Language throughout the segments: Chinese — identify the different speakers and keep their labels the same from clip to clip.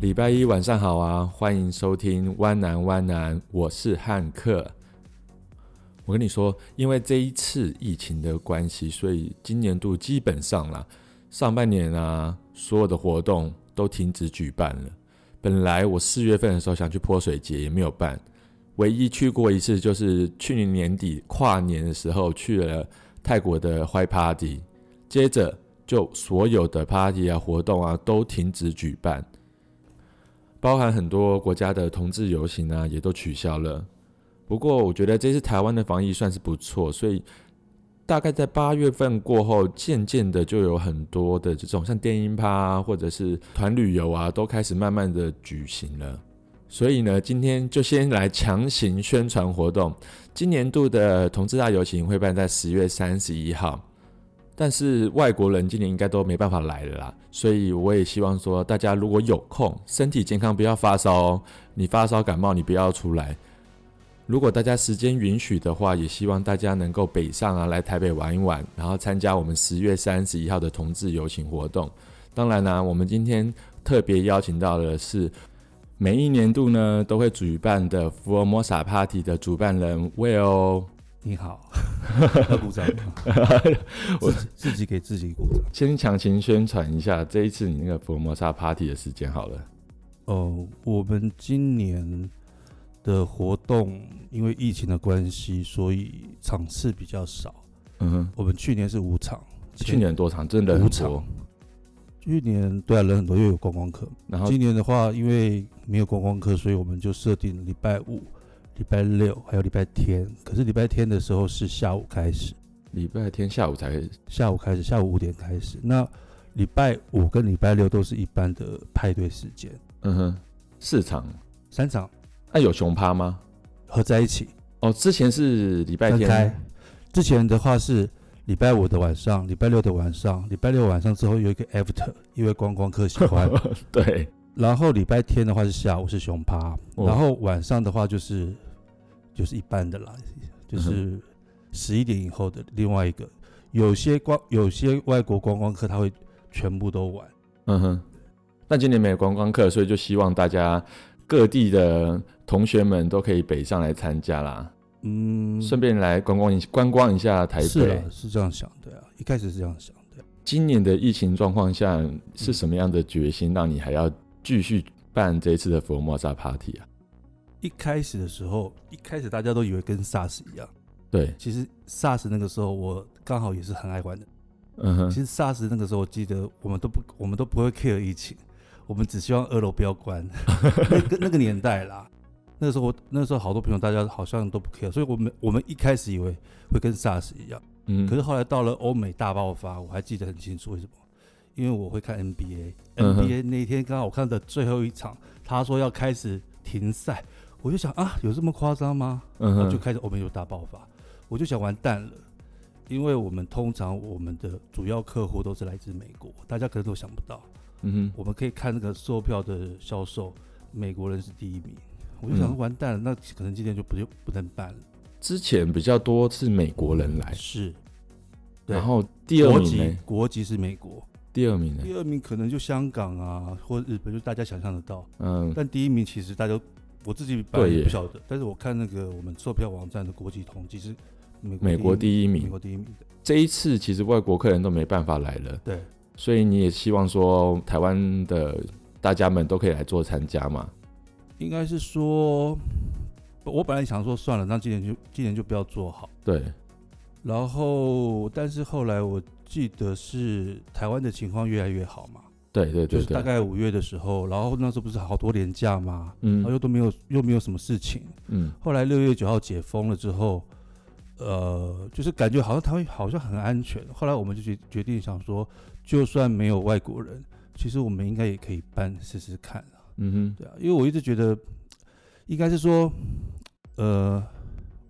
Speaker 1: 礼拜一晚上好啊，欢迎收听《湾南湾南》，我是汉克。我跟你说，因为这一次疫情的关系，所以今年度基本上啦，上半年啊，所有的活动都停止举办了。本来我四月份的时候想去泼水节，也没有办。唯一去过一次就是去年年底跨年的时候去了泰国的 High Party，接着就所有的 party 啊活动啊都停止举办。包含很多国家的同志游行啊，也都取消了。不过，我觉得这次台湾的防疫算是不错，所以大概在八月份过后，渐渐的就有很多的这种像电音趴、啊、或者是团旅游啊，都开始慢慢的举行了。所以呢，今天就先来强行宣传活动。今年度的同志大游行会办在十月三十一号，但是外国人今年应该都没办法来了啦，所以我也希望说，大家如果有空，身体健康，不要发烧哦。你发烧感冒，你不要出来。如果大家时间允许的话，也希望大家能够北上啊，来台北玩一玩，然后参加我们十月三十一号的同志游行活动。当然啦、我们今天特别邀请到的是每一年度呢都会举办的福尔摩沙 Party 的主办人 Will。哦
Speaker 2: 你好，要鼓掌，我 自己给自己鼓掌。
Speaker 1: 先强行宣传一下这一次你那个福尔摩沙 Party 的时间好了。
Speaker 2: 哦，我们今年的活动因为疫情的关系，所以场次比较少。
Speaker 1: 嗯哼，
Speaker 2: 我们去年是五场，
Speaker 1: 去年多长？真的很
Speaker 2: 五
Speaker 1: 多
Speaker 2: 场。去年对啊人很多，又有观光客。
Speaker 1: 然后
Speaker 2: 今年的话，因为没有观光客，所以我们就设定礼拜五、礼拜六还有礼拜天。可是礼拜天的时候是下午开始，
Speaker 1: 礼拜天下午才
Speaker 2: 下午开始，下午五点开始。那礼拜五跟礼拜六都是一般的派对时间，
Speaker 1: 嗯哼市场。
Speaker 2: 三场
Speaker 1: 那、有熊趴吗？
Speaker 2: 合在一起
Speaker 1: 哦，之前是礼拜
Speaker 2: 分
Speaker 1: 天
Speaker 2: 开。之前的话是礼拜五的晚上，礼拜六的晚上，礼拜六晚上之后有一个 after，因为观光客 喜欢。
Speaker 1: 对，
Speaker 2: 然后礼拜天的话是下午是熊趴，
Speaker 1: 哦
Speaker 2: 然后晚上的话就是就是一般的啦，
Speaker 1: 嗯
Speaker 2: 就是十一点以后的另外一个。有些光有些外国观光客他会全部都玩。
Speaker 1: 嗯哼。那今年没有观光客，所以就希望大家各地的同学们都可以北上来参加啦，
Speaker 2: 嗯，
Speaker 1: 顺便来观光一观光一下台
Speaker 2: 是
Speaker 1: 北
Speaker 2: 啊。，是这样想的啊，一开始是这样想的。
Speaker 1: 今年的疫情状况下，是什么样的决心让你还要继续办这一次的福尔摩沙 Party 啊？
Speaker 2: 一开始的时候，一开始大家都以为跟 SARS 一样，
Speaker 1: 对，
Speaker 2: 其实 SARS 那个时候我刚好也是很爱玩的。
Speaker 1: 嗯
Speaker 2: 其
Speaker 1: 哼，
Speaker 2: 实 SARS 那个时候，我记得我们都不，我们都不会 care 疫情，我们只希望二楼不 要关。那个那个年代啦，那个时候我那时候好多朋友，大家好像都不 care，所以我们我们一开始以为会跟 SARS 一样，
Speaker 1: 嗯，
Speaker 2: 可是后来到了欧美大爆发，我还记得很清楚，为什么？因为我会看 NBA，NBA、
Speaker 1: 嗯哼
Speaker 2: NBA 那一天刚好我看的最后一场，他说要开始停赛，我就想啊，有这么夸张吗？
Speaker 1: 嗯
Speaker 2: 然后就
Speaker 1: 哼，
Speaker 2: 开始欧美有大爆发，我就想完蛋了，因为我们通常我们的主要客户都是来自美国，大家可能都想不到，
Speaker 1: 嗯
Speaker 2: 我们可以看那个售票的销售，美国人是第一名，我就想说
Speaker 1: 嗯
Speaker 2: 完蛋了，那可能今天就不就不能办了，
Speaker 1: 哼，之前比较多是美国人来，
Speaker 2: 是对
Speaker 1: 哎然后第二
Speaker 2: 国
Speaker 1: 名
Speaker 2: 籍
Speaker 1: 呢？
Speaker 2: 国籍是美国，
Speaker 1: 第二名呢？
Speaker 2: 第二名可能就香港啊或日本，就大家想象得到，
Speaker 1: 嗯，
Speaker 2: 但第一名其实大家我自己本来
Speaker 1: 对
Speaker 2: 也
Speaker 1: 耶
Speaker 2: 不晓得，但是我看那个我们售票网站的国际统计是美
Speaker 1: 美国
Speaker 2: 一
Speaker 1: 第一
Speaker 2: 美
Speaker 1: 名。
Speaker 2: 国第一名的，
Speaker 1: 这一次其实外国客人都没办法来了，
Speaker 2: 对。
Speaker 1: 所以你也希望说台湾的大家们都可以来做参加嘛？
Speaker 2: 应该是说，我本来想说算了，那今年就今年就不要做好。
Speaker 1: 对，
Speaker 2: 然后，但是后来我记得是台湾的情况越来越好嘛，
Speaker 1: 对对
Speaker 2: 就
Speaker 1: 对
Speaker 2: 是大
Speaker 1: 对，
Speaker 2: 概五月的时候，然后那时候不是好多年假嘛，然后
Speaker 1: 嗯
Speaker 2: 又都没有又没有什么事情。
Speaker 1: 嗯，
Speaker 2: 后来六月九号解封了之后，呃，就是感觉好像台湾好像很安全。后来我们就决决定想说，就算没有外国人，其实我们应该也可以办试试看。
Speaker 1: 嗯
Speaker 2: 对啊，因为我一直觉得，应该是说，呃，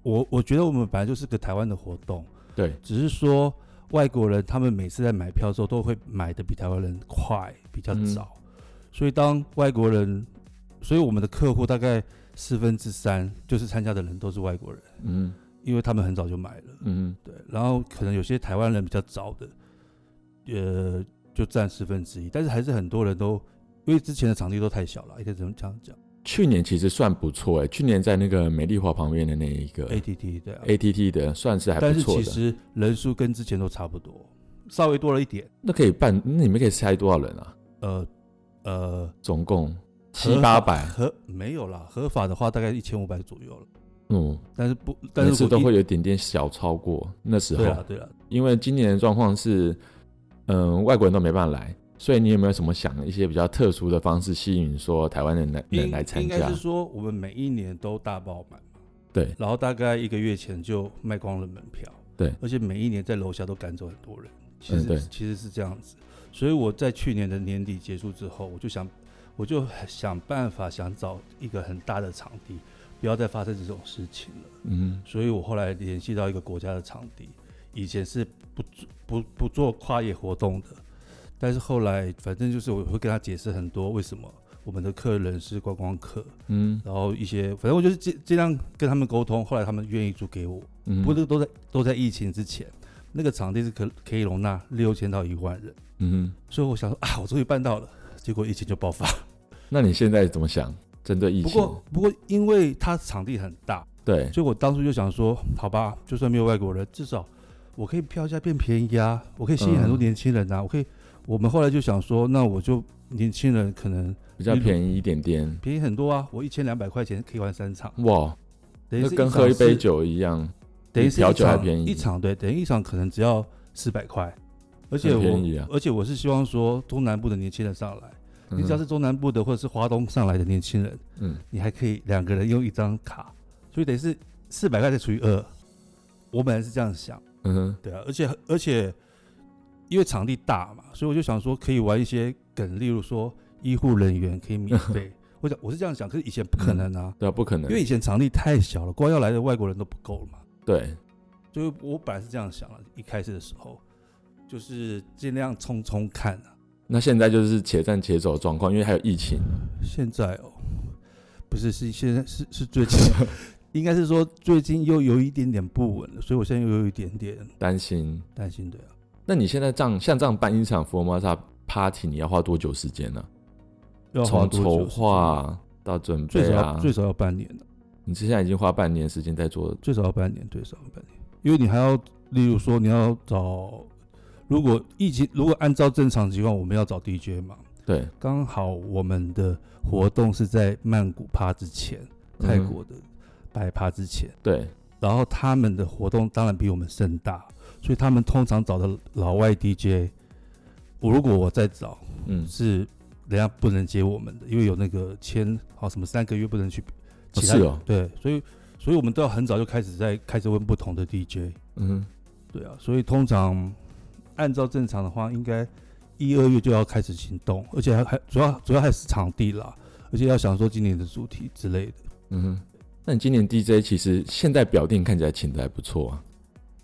Speaker 2: 我我觉得我们本来就是个台湾的活动，
Speaker 1: 哼，对，
Speaker 2: 只是说外国人他们每次在买票的时候都会买的比台湾人快，比较
Speaker 1: 嗯
Speaker 2: 早，所以当外国人，所以我们的客户大概四分之三就是参加的人都是外国人，
Speaker 1: 嗯
Speaker 2: 因为他们很早就买了，
Speaker 1: 嗯
Speaker 2: 对，然后可能有些台湾人比较早的，呃，就占四分之一，但是还是很多人都因为之前的场地都太小了，也可以这么这样讲。
Speaker 1: 去年其实算不错哎、去年在那个美丽华旁边的那一个
Speaker 2: ATT 对啊，
Speaker 1: ATT 的算是还
Speaker 2: 但
Speaker 1: 不
Speaker 2: 是
Speaker 1: 错
Speaker 2: 其
Speaker 1: 的。
Speaker 2: 实人数跟之前都差不多，稍微多了一点。
Speaker 1: 那可以办，那你们可以塞多少人啊？
Speaker 2: 呃呃，
Speaker 1: 总共七
Speaker 2: 合
Speaker 1: 八百，
Speaker 2: 合没有啦，合法的话大概一千五百左右了。
Speaker 1: 嗯，
Speaker 2: 但是不，但
Speaker 1: 每
Speaker 2: 是
Speaker 1: 次
Speaker 2: 我
Speaker 1: 都
Speaker 2: 一
Speaker 1: 会有一点点小超过那时候
Speaker 2: 对，啊对啊，
Speaker 1: 因为今年的状况是，嗯、外国人都没办法来，所以你有没有什么想一些比较特殊的方式吸引说台湾人来人来参
Speaker 2: 应
Speaker 1: 加
Speaker 2: 该是？说我们每一年都大爆满嘛，
Speaker 1: 对，
Speaker 2: 然后大概一个月前就卖光了门票，
Speaker 1: 对，
Speaker 2: 而且每一年在楼下都赶走很多人，其
Speaker 1: 嗯
Speaker 2: 实、
Speaker 1: 对
Speaker 2: 其实是这样子，所以我在去年的年底结束之后，我就想我就想办法想找一个很大的场地，不要再发生这种事情了，
Speaker 1: 嗯，
Speaker 2: 所以我后来联系到一个国家的场地，以前是不做不不做跨业活动的，但是后来反正就是我会跟他解释很多为什么。我们的客人是观光客，
Speaker 1: 嗯
Speaker 2: 然后一些，反正我就是尽尽量跟他们沟通，后来他们愿意租给我，
Speaker 1: 嗯，
Speaker 2: 不过这个都在都在疫情之前，那个场地是可可以容纳六千到一万人，
Speaker 1: 嗯
Speaker 2: 所以我想说啊，我终于办到了，结果疫情就爆发。
Speaker 1: 哼，那你现在怎么想？针对疫
Speaker 2: 不
Speaker 1: 情，
Speaker 2: 过不过因为它场地很大，
Speaker 1: 对，
Speaker 2: 所以我当初就想说，好吧，就算没有外国人，至少我可以票价变便宜啊，我可以吸引很
Speaker 1: 嗯
Speaker 2: 多年轻人啊，我可以。我们后来就想说，那我就年轻人可能
Speaker 1: 比较便宜一点点。
Speaker 2: 便宜很多啊，我一千两百块钱可以玩三场，
Speaker 1: 哇，
Speaker 2: 等于
Speaker 1: 那
Speaker 2: 是
Speaker 1: 跟
Speaker 2: 场
Speaker 1: 喝一杯
Speaker 2: 是
Speaker 1: 酒一样，
Speaker 2: 等于
Speaker 1: 比
Speaker 2: 是
Speaker 1: 调
Speaker 2: 一
Speaker 1: 酒还
Speaker 2: 场
Speaker 1: 便宜
Speaker 2: 一场对，等于一场可能只要四百块，而且
Speaker 1: 很
Speaker 2: 我、
Speaker 1: 便宜啊
Speaker 2: 而且我是希望说中南部的年轻人上来，你只要
Speaker 1: 嗯
Speaker 2: 是中南部的或者是华东上来的年轻人，
Speaker 1: 嗯，
Speaker 2: 你还可以两个人用一张卡，所以等于是四百块再除以二，我本来是这样想，
Speaker 1: 嗯哼，
Speaker 2: 对啊，而且而且因为场地大嘛，所以我就想说可以玩一些梗，例如说医护人员可以免 费，我想我是这样想，可是以前不可能啊，
Speaker 1: 对啊，不可能
Speaker 2: 因，为以前场地太小了，光要来的外国人都不够了嘛。
Speaker 1: 对，
Speaker 2: 就是我本来是这样想的，一开始的时候就是尽量冲冲看啊。
Speaker 1: 那现在就是且战且走的状况，因为还有疫情。
Speaker 2: 现在哦，不是是现在是 是最近，应该是说最近又有一点点不稳了，所以我现在又有一点点
Speaker 1: 担心。
Speaker 2: 担心的、啊。
Speaker 1: 那你现在这样像这样办一场福尔摩沙 party，你要花多久时间呢、
Speaker 2: 要花
Speaker 1: 从
Speaker 2: 多久
Speaker 1: 筹
Speaker 2: 时间，
Speaker 1: 划到准
Speaker 2: 最
Speaker 1: 备
Speaker 2: 少要、
Speaker 1: 啊，
Speaker 2: 最少要半年的，
Speaker 1: 你现在已经花半年时间在做，
Speaker 2: 最少要半年，最少要半年，因为你还要，例如说你要找，如果疫情如果按照正常情况，我们要找 DJ 嘛，
Speaker 1: 对，
Speaker 2: 刚好我们的活动是在曼谷趴之前，
Speaker 1: 嗯
Speaker 2: 泰国的白趴之前，
Speaker 1: 对，
Speaker 2: 然后他们的活动当然比我们盛大，所以他们通常找的老外 DJ，我如果我在找
Speaker 1: 嗯，
Speaker 2: 是人家不能接我们的，因为有那个签好什么三个月不能去
Speaker 1: 哦
Speaker 2: 其他、
Speaker 1: 是哦，
Speaker 2: 对，所以所以我们都要很早就开始在开始问不同的 DJ，
Speaker 1: 嗯，
Speaker 2: 对啊，所以通常按照正常的话，应该一二月就要开始行动，而且还还主要主要还是场地啦，而且要想说今年的主题之类的。
Speaker 1: 嗯哼。那你今年 DJ 其实现在表定看起来请的还不错啊，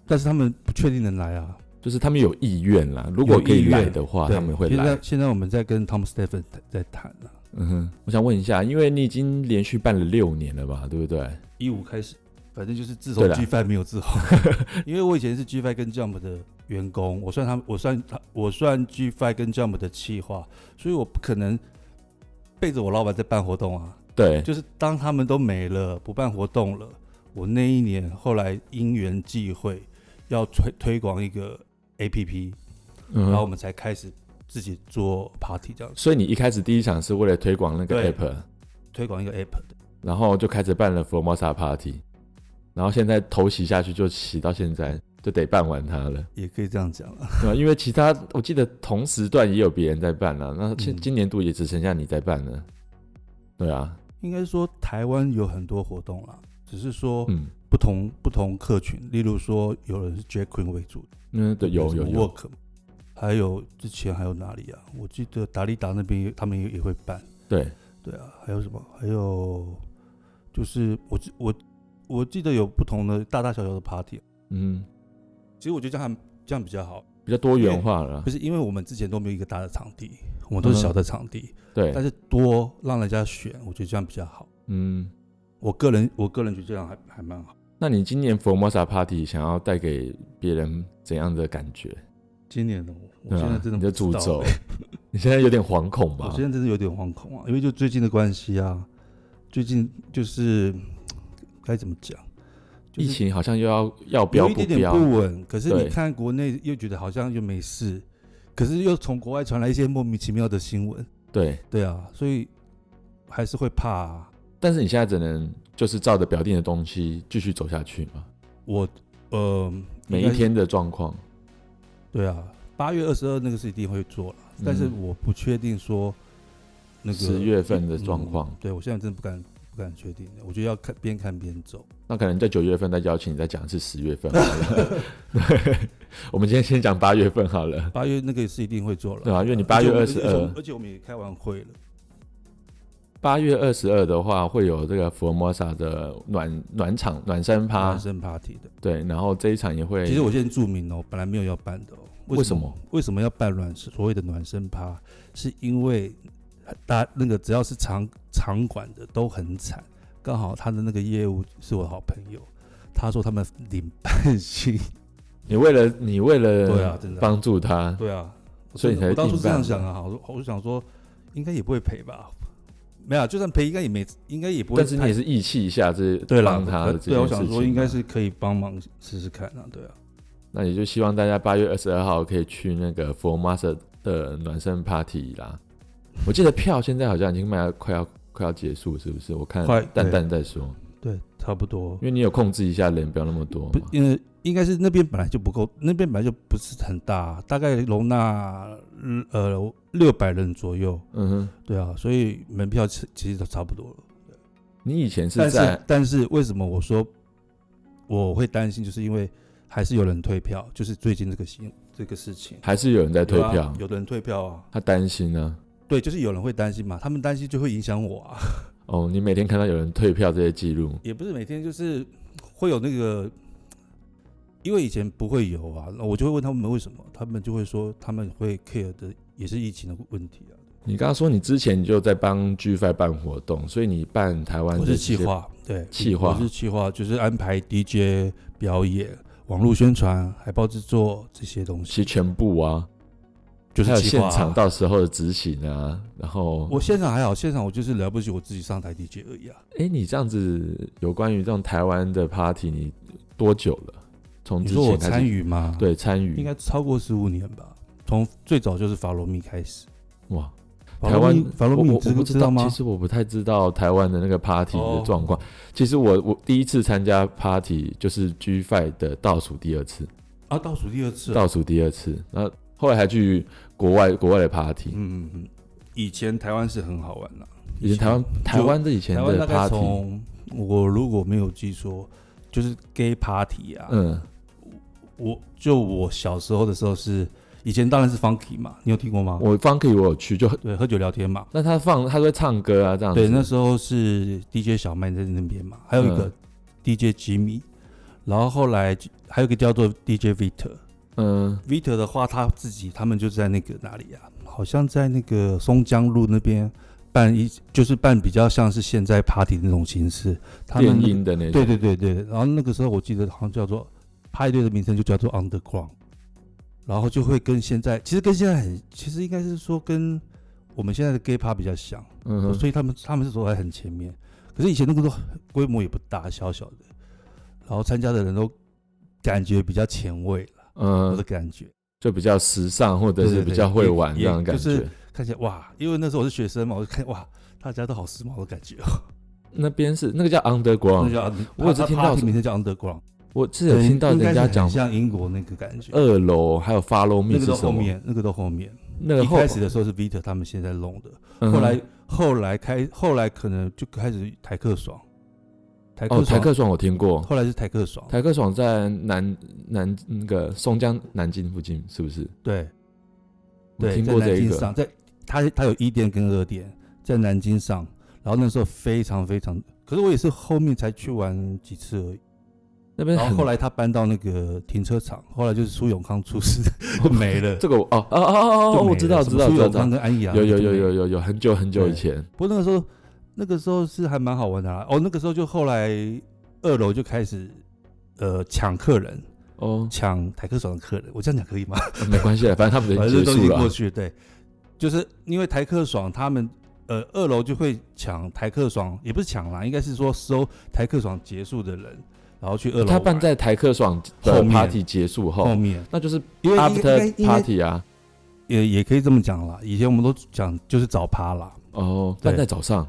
Speaker 2: 但是他们不确定能来啊。
Speaker 1: 就是他们有意愿啦，如果可
Speaker 2: 有意
Speaker 1: 以
Speaker 2: 愿
Speaker 1: 来的话，
Speaker 2: 对
Speaker 1: 他们会
Speaker 2: 现
Speaker 1: 来
Speaker 2: 在。现在我们在跟 Tom Stephen 在在谈啊，
Speaker 1: 嗯哼，我想问一下，因为你已经连续办了六年了吧，对不对？
Speaker 2: 一五开始，反正就是自
Speaker 1: 对
Speaker 2: 从
Speaker 1: 啦
Speaker 2: G Five 没有之 后，因为我以前是 G Five 跟 Jump 的员工，我算他们，我算他，我算 G Five 跟 Jump 的企划，所以我不可能背着我老板在办活动啊。
Speaker 1: 对，
Speaker 2: 就是当他们都没了，不办活动了，我那一年后来因缘际会要推推广一个 A P P，、
Speaker 1: 嗯
Speaker 2: 然后我
Speaker 1: 哼，
Speaker 2: 们才开始自己做 party 这样子，
Speaker 1: 所以你一开始第一场是为了推广那个
Speaker 2: 对
Speaker 1: app，
Speaker 2: 推广一
Speaker 1: 嗯
Speaker 2: 个 app 的。
Speaker 1: 然后就开始办了 Formosa Party，然后现在头洗下去就洗到现在，就得办完它了，
Speaker 2: 也可以这样讲啊了，
Speaker 1: 对吧？因为其他我记得同时段也有别人在办了、那今
Speaker 2: 嗯
Speaker 1: 今年度也只剩下你在办了，对啊，
Speaker 2: 应该说台湾有很多活动啦，只是说
Speaker 1: 嗯
Speaker 2: 不同、不同客群，例如说有人是 Jack Queen 为主，
Speaker 1: 嗯，对，有
Speaker 2: 什
Speaker 1: 有
Speaker 2: 么
Speaker 1: 有，
Speaker 2: Work，还有之前还有哪里啊？我记得达利达那边也他们也也会办，
Speaker 1: 对，
Speaker 2: 对啊，还有什么？还有就是我记我我记得有不同的大大小小的 party，
Speaker 1: 嗯，
Speaker 2: 其实我觉得这样还这样比较好，
Speaker 1: 比较多元化了
Speaker 2: 不，是因为我们之前都没有一个大的场地，我们都是小的场地，
Speaker 1: 嗯对
Speaker 2: 但，是多让人家选，我觉得这样比较好。
Speaker 1: 嗯，
Speaker 2: 我个人我个人觉得这样还还蛮好。
Speaker 1: 那你今年 Formosa Party 想要带给别人怎样的感觉？
Speaker 2: 今年的我，我
Speaker 1: 对
Speaker 2: 现在
Speaker 1: 啊，
Speaker 2: 真的
Speaker 1: 你的
Speaker 2: 不知
Speaker 1: 主
Speaker 2: 道
Speaker 1: 轴
Speaker 2: 欸，
Speaker 1: 你你现在有点惶恐
Speaker 2: 我
Speaker 1: 吧
Speaker 2: 现？在真的有点惶恐啊，因为就最近的关系啊，最近就是该怎么讲，就
Speaker 1: 疫
Speaker 2: 是
Speaker 1: 情好像又要要标
Speaker 2: 有一
Speaker 1: 不
Speaker 2: 点点
Speaker 1: 标？
Speaker 2: 不稳。可是
Speaker 1: 对
Speaker 2: 你看国内又觉得好像又没事，可是又从国外传来一些莫名其妙的新闻，
Speaker 1: 对，
Speaker 2: 对啊，所以还是会怕、啊。
Speaker 1: 但是你现在只能就是照着表定的东西继续走下去嘛，
Speaker 2: 我呃，
Speaker 1: 每
Speaker 2: 应
Speaker 1: 一
Speaker 2: 该是
Speaker 1: 天的状况。
Speaker 2: 对啊，八月二十二那个是一定会做了，
Speaker 1: 嗯
Speaker 2: 但是我不确定说那个
Speaker 1: 10月份的状况
Speaker 2: 嗯对我现在真的不敢不敢确定，我觉得要看边看边走。
Speaker 1: 那可能在九月份再邀请你再讲一次十月份好了。 对，我们今天先讲八月份好了。
Speaker 2: 八月那个是一定会做了，
Speaker 1: 对啊因为你
Speaker 2: 呃而
Speaker 1: 8
Speaker 2: 且
Speaker 1: 月
Speaker 2: 我们而且我
Speaker 1: 22
Speaker 2: 们而且我们也开完会了，
Speaker 1: 八月二十二的话，会有这个福尔摩沙的暖暖场暖身趴
Speaker 2: 男，生 party 的。
Speaker 1: 对，然后这一场也会。
Speaker 2: 其实我先注明哦，本来没有要办的哦。
Speaker 1: 为什么？
Speaker 2: 为什么要办暖所谓的暖身趴？是因为大那个只要是场场馆的都很惨，刚好他的那个业务是我的好朋友，他说他们领 半薪，
Speaker 1: 你为了你为
Speaker 2: 对啊
Speaker 1: 了
Speaker 2: 真的
Speaker 1: 帮助他，
Speaker 2: 对啊，
Speaker 1: 所以你才
Speaker 2: 我当初
Speaker 1: 硬
Speaker 2: 是这样
Speaker 1: 办
Speaker 2: 想啊，我说我就想说应该也不会赔吧，没有啊，就算赔应该也没应该也不会
Speaker 1: 但是
Speaker 2: 太，
Speaker 1: 你也是义气一下，这
Speaker 2: 对啦
Speaker 1: 帮他的这
Speaker 2: 对啊，我
Speaker 1: 件事
Speaker 2: 想
Speaker 1: 情。
Speaker 2: 说应该。是可以帮忙试试看啊，对啊，
Speaker 1: 那也就希望大家八月二十二号可以去那个福尔摩沙的暖身 party 啦。我记得票现在好像已经卖到快要快要结束，是不是？我看
Speaker 2: 快
Speaker 1: 蛋
Speaker 2: 对
Speaker 1: 蛋在说，
Speaker 2: 对，差不多
Speaker 1: 因，为你有控制一下人，不要那么多
Speaker 2: 不
Speaker 1: 嘛，。
Speaker 2: 因为应该是那边本来就不够，那边本来就不是很大，大概容纳嗯呃六百人左右，
Speaker 1: 嗯哼，
Speaker 2: 对啊，所以门票其其实都差不多了。
Speaker 1: 你以前是
Speaker 2: 但
Speaker 1: 在
Speaker 2: 是但是为什么我说我会担心，就是因为还是有人退票，就是最近这个新这个事情
Speaker 1: 还是有人在退
Speaker 2: 有
Speaker 1: 票
Speaker 2: 啊，有的人退票啊，
Speaker 1: 他担心呢、
Speaker 2: 对，就是有人会担心嘛，他们担心就会影响我啊，
Speaker 1: 哦，你每天看到有人退票这些记录，
Speaker 2: 也不是每天就是会有那个。因为以前不会有啊，那我就会问他们为什么，他们就会说他们会 care 的也是疫情的问题啊。
Speaker 1: 你刚刚说你之前就在帮 G Five 办活动，所以你办台湾
Speaker 2: 我
Speaker 1: 的这
Speaker 2: 是企
Speaker 1: 些，
Speaker 2: 划，对，
Speaker 1: 企划
Speaker 2: 我是企划，就是安排 DJ 表演、网络宣传、海报制作这些东西。
Speaker 1: 其实全部啊，
Speaker 2: 就
Speaker 1: 还有
Speaker 2: 是计
Speaker 1: 现
Speaker 2: 划啊
Speaker 1: 场到时候的执行啊，然后
Speaker 2: 我现场还好，现场我就是了不起，我自己上台 DJ 而已啊。
Speaker 1: 哎、你这样子有关于这种台湾的 party，你多久了？从
Speaker 2: 你
Speaker 1: 之
Speaker 2: 说我
Speaker 1: 前开
Speaker 2: 参
Speaker 1: 始，
Speaker 2: 与吗？，
Speaker 1: 对参与，
Speaker 2: 应该超过十五年吧。从最早就是法罗密开始，
Speaker 1: 哇，
Speaker 2: 法
Speaker 1: 台
Speaker 2: 罗密
Speaker 1: 湾
Speaker 2: 法罗
Speaker 1: 我
Speaker 2: 密
Speaker 1: 我
Speaker 2: 知
Speaker 1: 我不
Speaker 2: 知道吗
Speaker 1: 其？实我不太知道台湾的那个 party 的
Speaker 2: 哦
Speaker 1: 状况。其实我我第一次参加 party 就是 G Five 的倒数第二次，
Speaker 2: 啊，倒数第二次啊、
Speaker 1: 倒数第二次，那后来还去国外国外的 party，、
Speaker 2: 嗯嗯嗯，以前台湾是很好玩的、
Speaker 1: 以前台湾台湾的以前
Speaker 2: 台湾
Speaker 1: 的
Speaker 2: 大概
Speaker 1: party，
Speaker 2: 从我如果没有记错，就是 gay party 啊。
Speaker 1: 嗯，
Speaker 2: 我就我小时候的时候是，以前当然是 funky 嘛，你有听过吗？
Speaker 1: 我 Funky 我有去，就很
Speaker 2: 对，喝酒聊天嘛。
Speaker 1: 那他放他会唱歌啊这样子，
Speaker 2: 对，那时候是 DJ 小麦在那边嘛，还有一
Speaker 1: 嗯
Speaker 2: 个 DJ Jimmy，、然后后来还有一个叫做 DJ Victor。
Speaker 1: 嗯
Speaker 2: Victor 的话，他自己他们就在那个哪里啊？好像在那个松江路那边办一，就是办比较像是现在 party 的那种形式。他
Speaker 1: 电
Speaker 2: 们那个
Speaker 1: 音的那种，
Speaker 2: 对对对对，然后那个时候我记得好像叫做派对的名称就叫做 Underground，然后就会跟现在其实跟现在很，其实应该是说跟我们现在的 gay bar 比较像，
Speaker 1: 嗯哼，
Speaker 2: 所以他们他们是走在很前面。可是以前那个时候规模也不大，小小的，然后参加的人都感觉比较前卫了，我的
Speaker 1: 嗯，
Speaker 2: 感觉
Speaker 1: 就比较时尚或者
Speaker 2: 对
Speaker 1: 是
Speaker 2: 对对
Speaker 1: 比较会
Speaker 2: 也
Speaker 1: 玩这
Speaker 2: 也
Speaker 1: 样的感
Speaker 2: 就是
Speaker 1: 觉。
Speaker 2: 看起来哇，因为那时候我是学生嘛，我就看哇，大家都好时髦的感觉哦。
Speaker 1: 那边是那个叫
Speaker 2: 那
Speaker 1: Underground，
Speaker 2: 叫
Speaker 1: 我只听到
Speaker 2: party 名称叫 Underground，
Speaker 1: 我之前有听到
Speaker 2: 应该
Speaker 1: 人
Speaker 2: 是
Speaker 1: 家
Speaker 2: 很
Speaker 1: 讲
Speaker 2: 像英国那个感觉。
Speaker 1: 二楼还有 Follow Me
Speaker 2: 那个
Speaker 1: 是
Speaker 2: 到
Speaker 1: 什
Speaker 2: 后
Speaker 1: 么？
Speaker 2: 面，那个到后面。
Speaker 1: 那个
Speaker 2: 一
Speaker 1: 后
Speaker 2: 开始的时候是 Vita 他们现在弄的，
Speaker 1: 嗯哼
Speaker 2: 后来后来开后来可能就开始台客爽，台
Speaker 1: 哦，
Speaker 2: 客
Speaker 1: 台
Speaker 2: 爽，
Speaker 1: 客爽我听过，
Speaker 2: 后来是台客爽，
Speaker 1: 台客爽在南南那个松江南京附近是不是？
Speaker 2: 对
Speaker 1: 我
Speaker 2: 对，
Speaker 1: 听过
Speaker 2: 在
Speaker 1: 这
Speaker 2: 南
Speaker 1: 一
Speaker 2: 京
Speaker 1: 个，
Speaker 2: 上，在他他有一店跟二店在南京上，然后那时候非常非常，可是我也是后面才去玩几次而已。
Speaker 1: 那边
Speaker 2: 然后
Speaker 1: 很
Speaker 2: 后来他搬到那个停车场，后来就是苏永康出 事就没了。
Speaker 1: 这个我哦哦哦哦
Speaker 2: 就
Speaker 1: 哦，
Speaker 2: 没
Speaker 1: 我
Speaker 2: 了
Speaker 1: 知道
Speaker 2: 什
Speaker 1: 知
Speaker 2: 么
Speaker 1: 道
Speaker 2: 苏
Speaker 1: 知道
Speaker 2: 永
Speaker 1: 知道
Speaker 2: 康，跟安阳
Speaker 1: 有有
Speaker 2: 就
Speaker 1: 有
Speaker 2: 没了
Speaker 1: 有有有很久很久以
Speaker 2: 对
Speaker 1: 前，
Speaker 2: 不过那个时候，那个时候是还蛮好玩的啦。哦，那个时候就后来二楼就开始呃抢客人，
Speaker 1: 哦，
Speaker 2: 抢台客爽的客人。我这样讲可以吗？
Speaker 1: 没关系，反正他们已
Speaker 2: 反
Speaker 1: 经结
Speaker 2: 正都
Speaker 1: 束
Speaker 2: 已经
Speaker 1: 了啊
Speaker 2: 过，去，对。就是因为台客爽他们，呃，二楼就会抢台客爽，也不是抢啦，应该是说收台客爽结束的人，然后去二楼玩。
Speaker 1: 他办在台客爽的
Speaker 2: 后面
Speaker 1: party 结束后，
Speaker 2: 后面，
Speaker 1: 那就是
Speaker 2: 因为应该
Speaker 1: after
Speaker 2: 应该
Speaker 1: party 啊。
Speaker 2: 也也可以这么讲啦。以前我们都讲就是早趴啦，
Speaker 1: 哦，
Speaker 2: 对
Speaker 1: 但在早上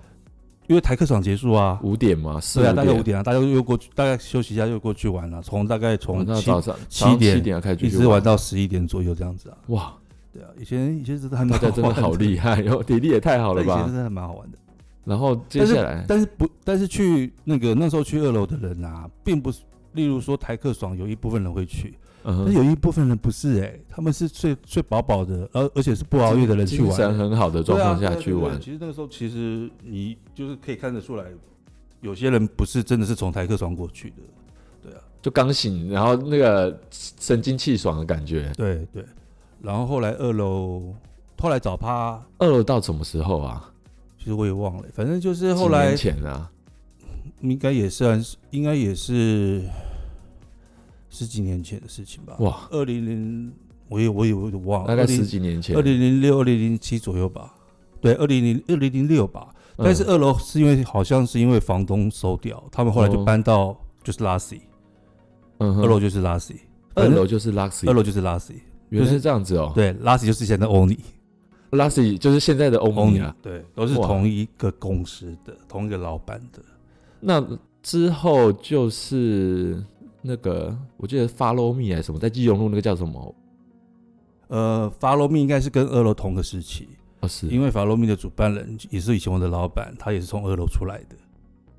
Speaker 2: 因为台客爽结束啊，
Speaker 1: 五点嘛，四
Speaker 2: 对啊，大概
Speaker 1: 点
Speaker 2: 五，点啊，大家又过去，大概休息一下又过去玩了，从大概从
Speaker 1: 晚上
Speaker 2: 七
Speaker 1: 早上
Speaker 2: 七
Speaker 1: 早上
Speaker 2: 点
Speaker 1: 七点要开始
Speaker 2: 一
Speaker 1: 去
Speaker 2: 直玩到十一点左右这样子啊。
Speaker 1: 哇，
Speaker 2: 对啊，以前以前真的还
Speaker 1: 大
Speaker 2: 蛮
Speaker 1: 家真的好
Speaker 2: 害，
Speaker 1: 厉害哦，体力也太好了
Speaker 2: 对以前
Speaker 1: 吧
Speaker 2: 真？的还蛮好玩的。
Speaker 1: 然后接下来
Speaker 2: 但是不，但是去那个那时候去二楼的人啊，并不是，例如说台客爽有一部分人会去，
Speaker 1: 嗯
Speaker 2: 但是
Speaker 1: 哼，
Speaker 2: 有一部分人不是哎、他们是睡睡饱饱的，而而且是不熬夜的人去
Speaker 1: 精
Speaker 2: 玩，
Speaker 1: 神很好的状
Speaker 2: 对啊
Speaker 1: 况下去
Speaker 2: 对啊对啊对啊
Speaker 1: 玩，
Speaker 2: 其实那个时候，其实你就是可以看得出来，有些人不是真的是从台客爽过去的，
Speaker 1: 就刚醒，然后那个神清气爽的感觉。
Speaker 2: 对对。然后后来二楼，后来早趴，
Speaker 1: 二楼到什么时候啊？
Speaker 2: 其实我也忘了，反正就是后
Speaker 1: 几
Speaker 2: 来
Speaker 1: 年前啊，
Speaker 2: 应该也是很，应该也是十几年前的事情吧。
Speaker 1: 哇，
Speaker 2: 二零零，我也我也我也忘了，
Speaker 1: 大概十几年前
Speaker 2: 二。零零六、二零零七左右吧。对，二零零二零零六吧。
Speaker 1: 嗯
Speaker 2: 但是二楼是因为好像是因为房东收掉，他们后来就
Speaker 1: 哦
Speaker 2: 搬到就是 Lassi，、
Speaker 1: 嗯哼
Speaker 2: 二楼就是 Lassi，
Speaker 1: 二
Speaker 2: 反正
Speaker 1: 楼就是 Luxy，
Speaker 2: 二楼就是 Lassi，
Speaker 1: 原来
Speaker 2: 就是
Speaker 1: 这样子哦。
Speaker 2: 对，Lassi 就是现在 Oni
Speaker 1: Luxy 就是现在的欧米
Speaker 2: Oni，
Speaker 1: 啊。
Speaker 2: 对，都是
Speaker 1: 哇
Speaker 2: 同一个公司的，同一个老板的。
Speaker 1: 那之后就是那个，我记得 Follow Me 还是什么，在基隆路那个叫什么？
Speaker 2: 呃，Follow Me 应该是跟二楼同个时期，
Speaker 1: 哦，是
Speaker 2: 因为 Follow Me 的主办人也是以前我的老板，他也是从二楼出来的。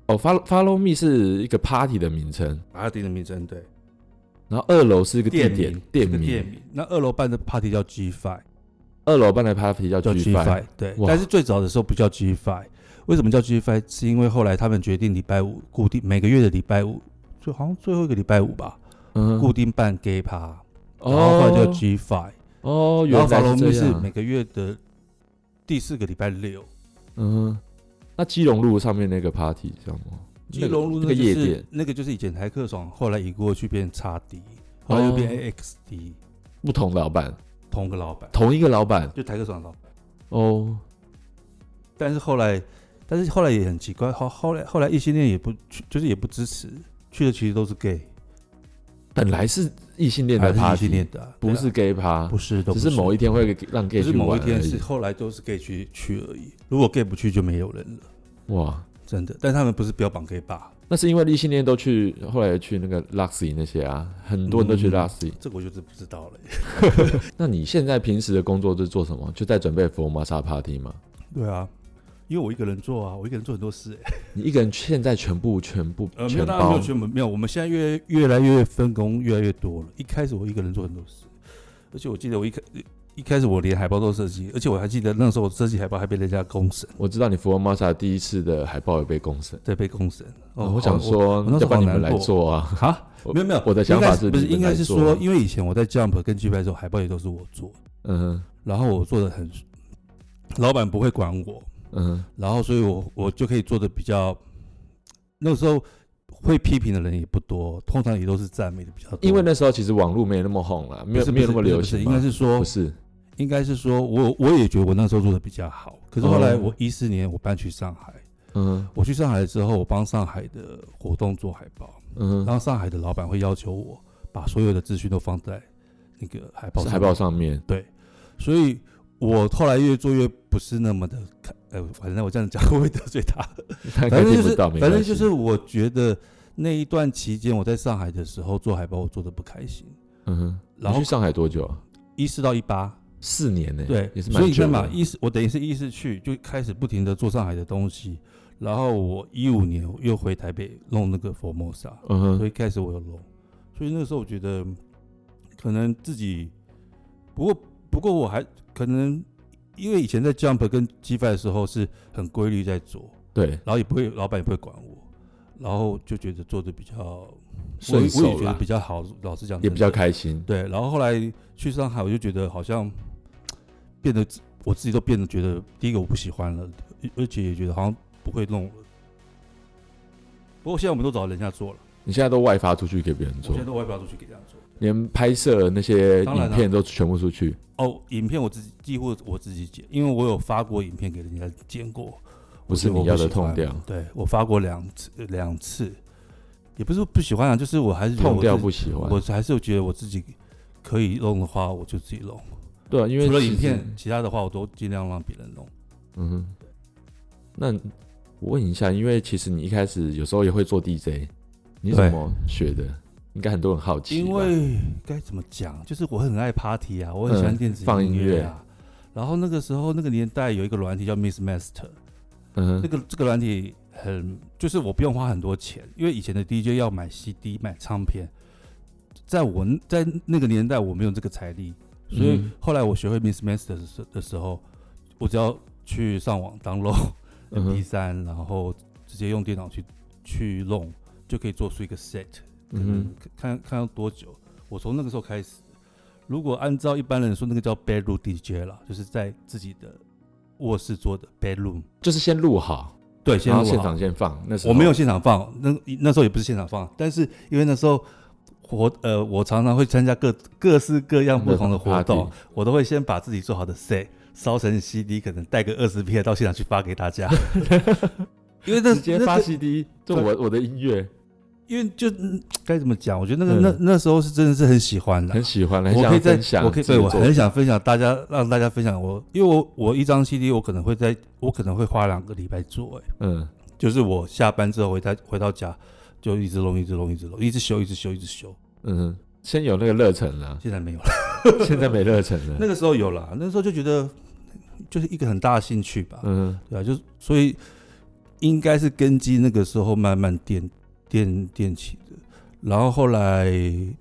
Speaker 1: 哦，Follow Follow Me 是一个 party 的名称，
Speaker 2: 阿迪的名称对，
Speaker 1: 然后二楼是一个地点
Speaker 2: 名
Speaker 1: 店
Speaker 2: 是个
Speaker 1: 名，
Speaker 2: 店名。那二楼办的 party 叫 G Five。
Speaker 1: 二楼办的 party 叫
Speaker 2: 叫
Speaker 1: G
Speaker 2: G
Speaker 1: Five，
Speaker 2: Five，对，
Speaker 1: 哇
Speaker 2: 但是最早的时候不叫 G Five，为什么叫 G Five？是因为后来他们决定礼拜五固定每个月的礼拜五，就好像最后一个礼拜五吧，
Speaker 1: 嗯
Speaker 2: 固定办 gay 趴，然后后来叫
Speaker 1: 哦
Speaker 2: G Five，
Speaker 1: 哦，
Speaker 2: 然
Speaker 1: 原
Speaker 2: 后
Speaker 1: 来是
Speaker 2: follow me
Speaker 1: 这
Speaker 2: 是
Speaker 1: 样
Speaker 2: 每，个月的第四个礼拜六，
Speaker 1: 嗯，那基隆路上面那个 party 叫什么？
Speaker 2: 基隆路
Speaker 1: 那个
Speaker 2: 就
Speaker 1: 夜
Speaker 2: 是
Speaker 1: 店，
Speaker 2: 那个就是以前台客爽，后来移过去变叉 D，后来又
Speaker 1: 哦
Speaker 2: 变 AXD，
Speaker 1: 不同老板，
Speaker 2: 同个老板，
Speaker 1: 同一个老板
Speaker 2: 就台客爽老板。
Speaker 1: 哦，
Speaker 2: 但是后来，但是后来也很奇怪，后后来后来异性恋也不去，就是也不支持，去的其实都是 gay，
Speaker 1: 本来是异性恋的
Speaker 2: 还是异
Speaker 1: party，
Speaker 2: 性恋的啊，
Speaker 1: 不是 gay
Speaker 2: 对
Speaker 1: 趴
Speaker 2: 啊，不是，都
Speaker 1: 只
Speaker 2: 不
Speaker 1: 是某一天会让
Speaker 2: 只
Speaker 1: gay
Speaker 2: 是
Speaker 1: 去
Speaker 2: 某一
Speaker 1: 玩而
Speaker 2: 天是
Speaker 1: 已。
Speaker 2: 后来都是 gay 去去而已，如果 gay 不去就没有人了，
Speaker 1: 哇，
Speaker 2: 真的。但他们不是标榜 gay 吧？
Speaker 1: 那是因为异性恋都去，后来去那个 Luxy 那些啊，很多人都去
Speaker 2: 嗯
Speaker 1: Luxy。
Speaker 2: 这个我就是不知道了。
Speaker 1: 那你现在平时的工作是做什么？就在准备佛玛莎 party 吗？
Speaker 2: 对啊，因为我一个人做啊，我一个人做很多事、欸。
Speaker 1: 你一个人现在全部全部
Speaker 2: 呃，没有，
Speaker 1: 全
Speaker 2: 当然没
Speaker 1: 包
Speaker 2: 有全部没有。我们现在越越来越分工越来越多了。一开始我一个人做很多事，而且我记得我一开一开始我连海报都设计，而且我还记得那时候我设计海报还被人家公审，
Speaker 1: 我知道你福尔摩萨第一次的海报也被公审，
Speaker 2: 对，被公审。哦
Speaker 1: 我想说
Speaker 2: 我那时
Speaker 1: 要
Speaker 2: 候
Speaker 1: 不然你们
Speaker 2: 好难
Speaker 1: 来
Speaker 2: 过
Speaker 1: 做啊。
Speaker 2: 啊，
Speaker 1: 我
Speaker 2: 没有没有，
Speaker 1: 我的想
Speaker 2: 应该
Speaker 1: 法
Speaker 2: 不是
Speaker 1: 你们
Speaker 2: 应该
Speaker 1: 来
Speaker 2: 是
Speaker 1: 做啊
Speaker 2: 说，，因为以前我在 Jump 跟 G 拍的时候，海报也都是我做，
Speaker 1: 嗯
Speaker 2: 然后我做的很，老板不会管我，
Speaker 1: 嗯
Speaker 2: 然后所以我我就可以做的比较，那个时候会批评的人也不多，通常也都是赞美的比较多，
Speaker 1: 因为那时候其实网络没有那么红了，没
Speaker 2: 不
Speaker 1: 有
Speaker 2: 是
Speaker 1: 没有那么
Speaker 2: 不是
Speaker 1: 流
Speaker 2: 不是
Speaker 1: 行
Speaker 2: 应
Speaker 1: 嘛，
Speaker 2: 该是说
Speaker 1: 不是？
Speaker 2: 应该是说我我也觉得我那时候做的比较好，可是后来
Speaker 1: 哦
Speaker 2: 我一四年我搬去上海，
Speaker 1: 嗯
Speaker 2: 我去上海之后，我帮上海的活动做海报，
Speaker 1: 嗯
Speaker 2: 然，后上海的老板会要求我把所有的资讯都放在那个海报
Speaker 1: 是
Speaker 2: 上
Speaker 1: 海报上 面，
Speaker 2: 所以我后来越做越不是那么的看，呃，反正我这样讲会 不会得罪他？
Speaker 1: 他应
Speaker 2: 反
Speaker 1: 该
Speaker 2: 正就
Speaker 1: 哎听不
Speaker 2: 是，
Speaker 1: 到，没
Speaker 2: 反正
Speaker 1: 关系
Speaker 2: 就是，我觉得那一段期间我在上海的时候做海报，我做的不开心。
Speaker 1: 嗯哼。
Speaker 2: 然
Speaker 1: 你
Speaker 2: 后
Speaker 1: 去上海多久啊？
Speaker 2: 一四到一八，
Speaker 1: 四年呢，
Speaker 2: 对，
Speaker 1: 也是
Speaker 2: 所以
Speaker 1: 蛮
Speaker 2: 你
Speaker 1: 久
Speaker 2: 看嘛
Speaker 1: 的，。
Speaker 2: 一四我等于是一四去就开始不停的做上海的东西，然后我一五年又回台北弄那个佛摩萨，
Speaker 1: 嗯
Speaker 2: 所
Speaker 1: 哼，
Speaker 2: 以开始我有弄，所以那个时候我觉得可能自己，不过不过我还可能因为以前在 Jump 跟 G f 的时候是很规律在做，
Speaker 1: 对，
Speaker 2: 然后也不会老板也不会管我，然后就觉得做的比较我我
Speaker 1: 顺
Speaker 2: 也
Speaker 1: 手
Speaker 2: 觉得
Speaker 1: 啦
Speaker 2: 比，较好，老实讲
Speaker 1: 也比较
Speaker 2: 真的
Speaker 1: 开心。
Speaker 2: 对，然后后来去上海，我就觉得好像变得我自己都变得觉得，第一个我不喜欢了，而且也觉得好像不会弄了。不过现在我们都找人家做了。
Speaker 1: 你现在都外发出去给别人
Speaker 2: 我
Speaker 1: 做
Speaker 2: 现在，都外包出去给这样做。对
Speaker 1: 连拍摄那些
Speaker 2: 当然
Speaker 1: 影
Speaker 2: 啊
Speaker 1: 片都全部出去。
Speaker 2: 哦，影片我自己几乎我自己剪，因为我有发过影片给人家剪过，
Speaker 1: 不是
Speaker 2: 我
Speaker 1: 你要的
Speaker 2: 喜
Speaker 1: 痛
Speaker 2: 欢
Speaker 1: 调
Speaker 2: 对我发过两次呃两次，也不是不喜欢啊，就是我还是觉得
Speaker 1: 痛
Speaker 2: 我
Speaker 1: 调
Speaker 2: 自
Speaker 1: 不喜欢
Speaker 2: 我，还是觉得我自己可以弄的话，我就自己弄。
Speaker 1: 对啊，因为
Speaker 2: 除了
Speaker 1: 其
Speaker 2: 影
Speaker 1: 实
Speaker 2: 片，其他的话我都尽量让别人弄。
Speaker 1: 嗯哼，那我问一下，因为其实你一开始有时候也会做 DJ，你
Speaker 2: 对
Speaker 1: 怎么学的？应该很多人好奇吧。
Speaker 2: 因为该怎么讲，就是我很爱 party 啊，我很喜欢
Speaker 1: 嗯
Speaker 2: 电子
Speaker 1: 放音
Speaker 2: 音
Speaker 1: 乐
Speaker 2: 啊。然后那个时候那个年代有一个软体叫 Miss Master，
Speaker 1: 嗯哼，
Speaker 2: 这个这个软体很，就是我不用花很多钱，因为以前的 DJ 要买 CD 买唱片，在我在那个年代我没有这个财力，所以
Speaker 1: 嗯
Speaker 2: 后来我学会 Miss Master 的时的时候，我只要去上网 download
Speaker 1: 嗯
Speaker 2: MP
Speaker 1: 哼，
Speaker 2: 三，然后直接用电脑去去弄，就可以做出一个 set，可能
Speaker 1: 嗯
Speaker 2: 看看要多久。我从那个时候开始，如果按照一般人说，那个叫 bedroom DJ 啦，就是在自己的卧室做的 bedroom。
Speaker 1: 哼，就是先录好，
Speaker 2: 对，先
Speaker 1: 然后
Speaker 2: 录
Speaker 1: 现
Speaker 2: 好
Speaker 1: 场先放。那时候
Speaker 2: 我没有现场放，那那时候也不是现场放，但是因为那时候活呃，我常常会参加各各式各样不同的活动
Speaker 1: Party，
Speaker 2: 我都会先把自己做好的 set 烧成 CD，可能带个二十片到现场去发给大 家，因为那
Speaker 1: 直接
Speaker 2: 那
Speaker 1: 发
Speaker 2: 个
Speaker 1: CD，就我我的音乐
Speaker 2: 因为就嗯该怎么讲？我觉得那
Speaker 1: 嗯
Speaker 2: 个、那那时候是真的是很喜欢的
Speaker 1: 很，喜欢，很
Speaker 2: 我
Speaker 1: 想
Speaker 2: 可
Speaker 1: 要
Speaker 2: 以在
Speaker 1: 分享，
Speaker 2: 我可以
Speaker 1: 自
Speaker 2: 对
Speaker 1: 己
Speaker 2: 我
Speaker 1: 做
Speaker 2: 很想分享大家让大家分享我，因为我我一张 CD 我可能会在我可能会花两个礼拜做、欸，
Speaker 1: 嗯
Speaker 2: 就是我下班之后回家回到家就一直弄，一直弄，一直弄，一直修，一直修，一直修。
Speaker 1: 嗯哼，先有那个热忱 了，
Speaker 2: 现在没有了，
Speaker 1: 现在没热忱了。
Speaker 2: 那个时候有了，那时候就觉得就是一个很大的兴趣吧，
Speaker 1: 嗯哼，
Speaker 2: 对啊，就是所以应该是根基那个时候慢慢垫垫垫起的。然后后来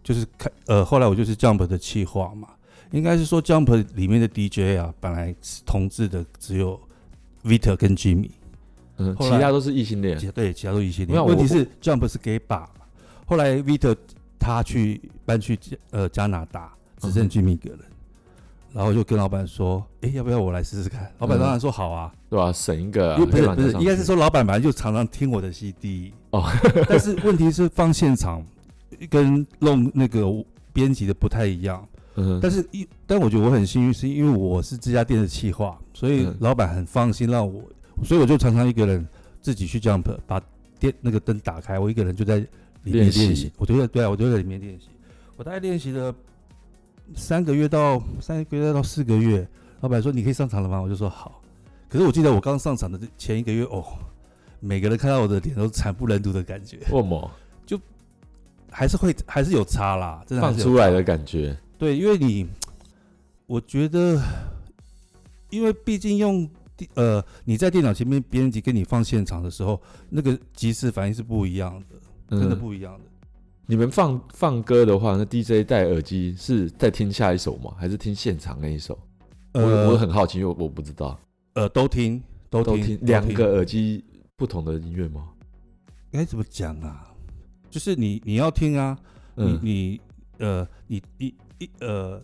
Speaker 2: 就是看呃，后来我就是 Jump 的企划嘛，应该是说 Jump 里面的 DJ 啊，本来同志的只有 Vita 跟 Jimmy，
Speaker 1: 嗯，
Speaker 2: 后
Speaker 1: 其
Speaker 2: 来
Speaker 1: 他都是异性恋
Speaker 2: 其，他对其他都异性
Speaker 1: 没有
Speaker 2: 恋。
Speaker 1: 我
Speaker 2: 问题是 Jump 是 gay bar 嘛，后来 Vito 他去搬去加呃加拿大，只
Speaker 1: 嗯
Speaker 2: 剩 Jimmy 一个人，然后就跟老板说，哎、要不要我来试试看？老板当然说好啊，
Speaker 1: 嗯对吧？省一个啊，
Speaker 2: 因为不
Speaker 1: 可以
Speaker 2: 是
Speaker 1: 把它
Speaker 2: 不是，
Speaker 1: 上
Speaker 2: 应该是
Speaker 1: 去
Speaker 2: 说老板本来就常常听我的 CD
Speaker 1: 哦，
Speaker 2: 但是问题是放现场跟弄那个编辑的不太一样，
Speaker 1: 嗯哼，
Speaker 2: 但是一但我觉得我很幸运，是因为我是这家店的企划，所以
Speaker 1: 嗯
Speaker 2: 老板很放心让我，所以我就常常一个人自己去 jump，把店那个灯打开，我一个人就在里面
Speaker 1: 练
Speaker 2: 练
Speaker 1: 习
Speaker 2: 习。我就在对啊，我就在里面练习。我大概练习了三个月到三个月到四个月，老板说你可以上场了吗？我就说好。可是我记得我刚上场的前一个月，哦，每个人看到我的脸都惨不忍睹的感觉，
Speaker 1: 握某
Speaker 2: 还是会还是有差啦，真的还
Speaker 1: 放
Speaker 2: 是有
Speaker 1: 出来的感觉，
Speaker 2: 对，因为你，我觉得，因为毕竟用地呃你在电脑前面编辑跟你放现场的时候，那个即时反应是不一样的，真的
Speaker 1: 嗯
Speaker 2: 不一样的。
Speaker 1: 你们放放歌的话，那 DJ 戴耳机是在听下一首吗？还是听现场那一首？我我很好奇，因为我我不知道，
Speaker 2: 呃都听呃都
Speaker 1: 都
Speaker 2: 听
Speaker 1: 听两个耳机不同的音乐吗？
Speaker 2: 该怎么讲啊？就是你你要听啊，
Speaker 1: 嗯，
Speaker 2: 你你呃你你一呃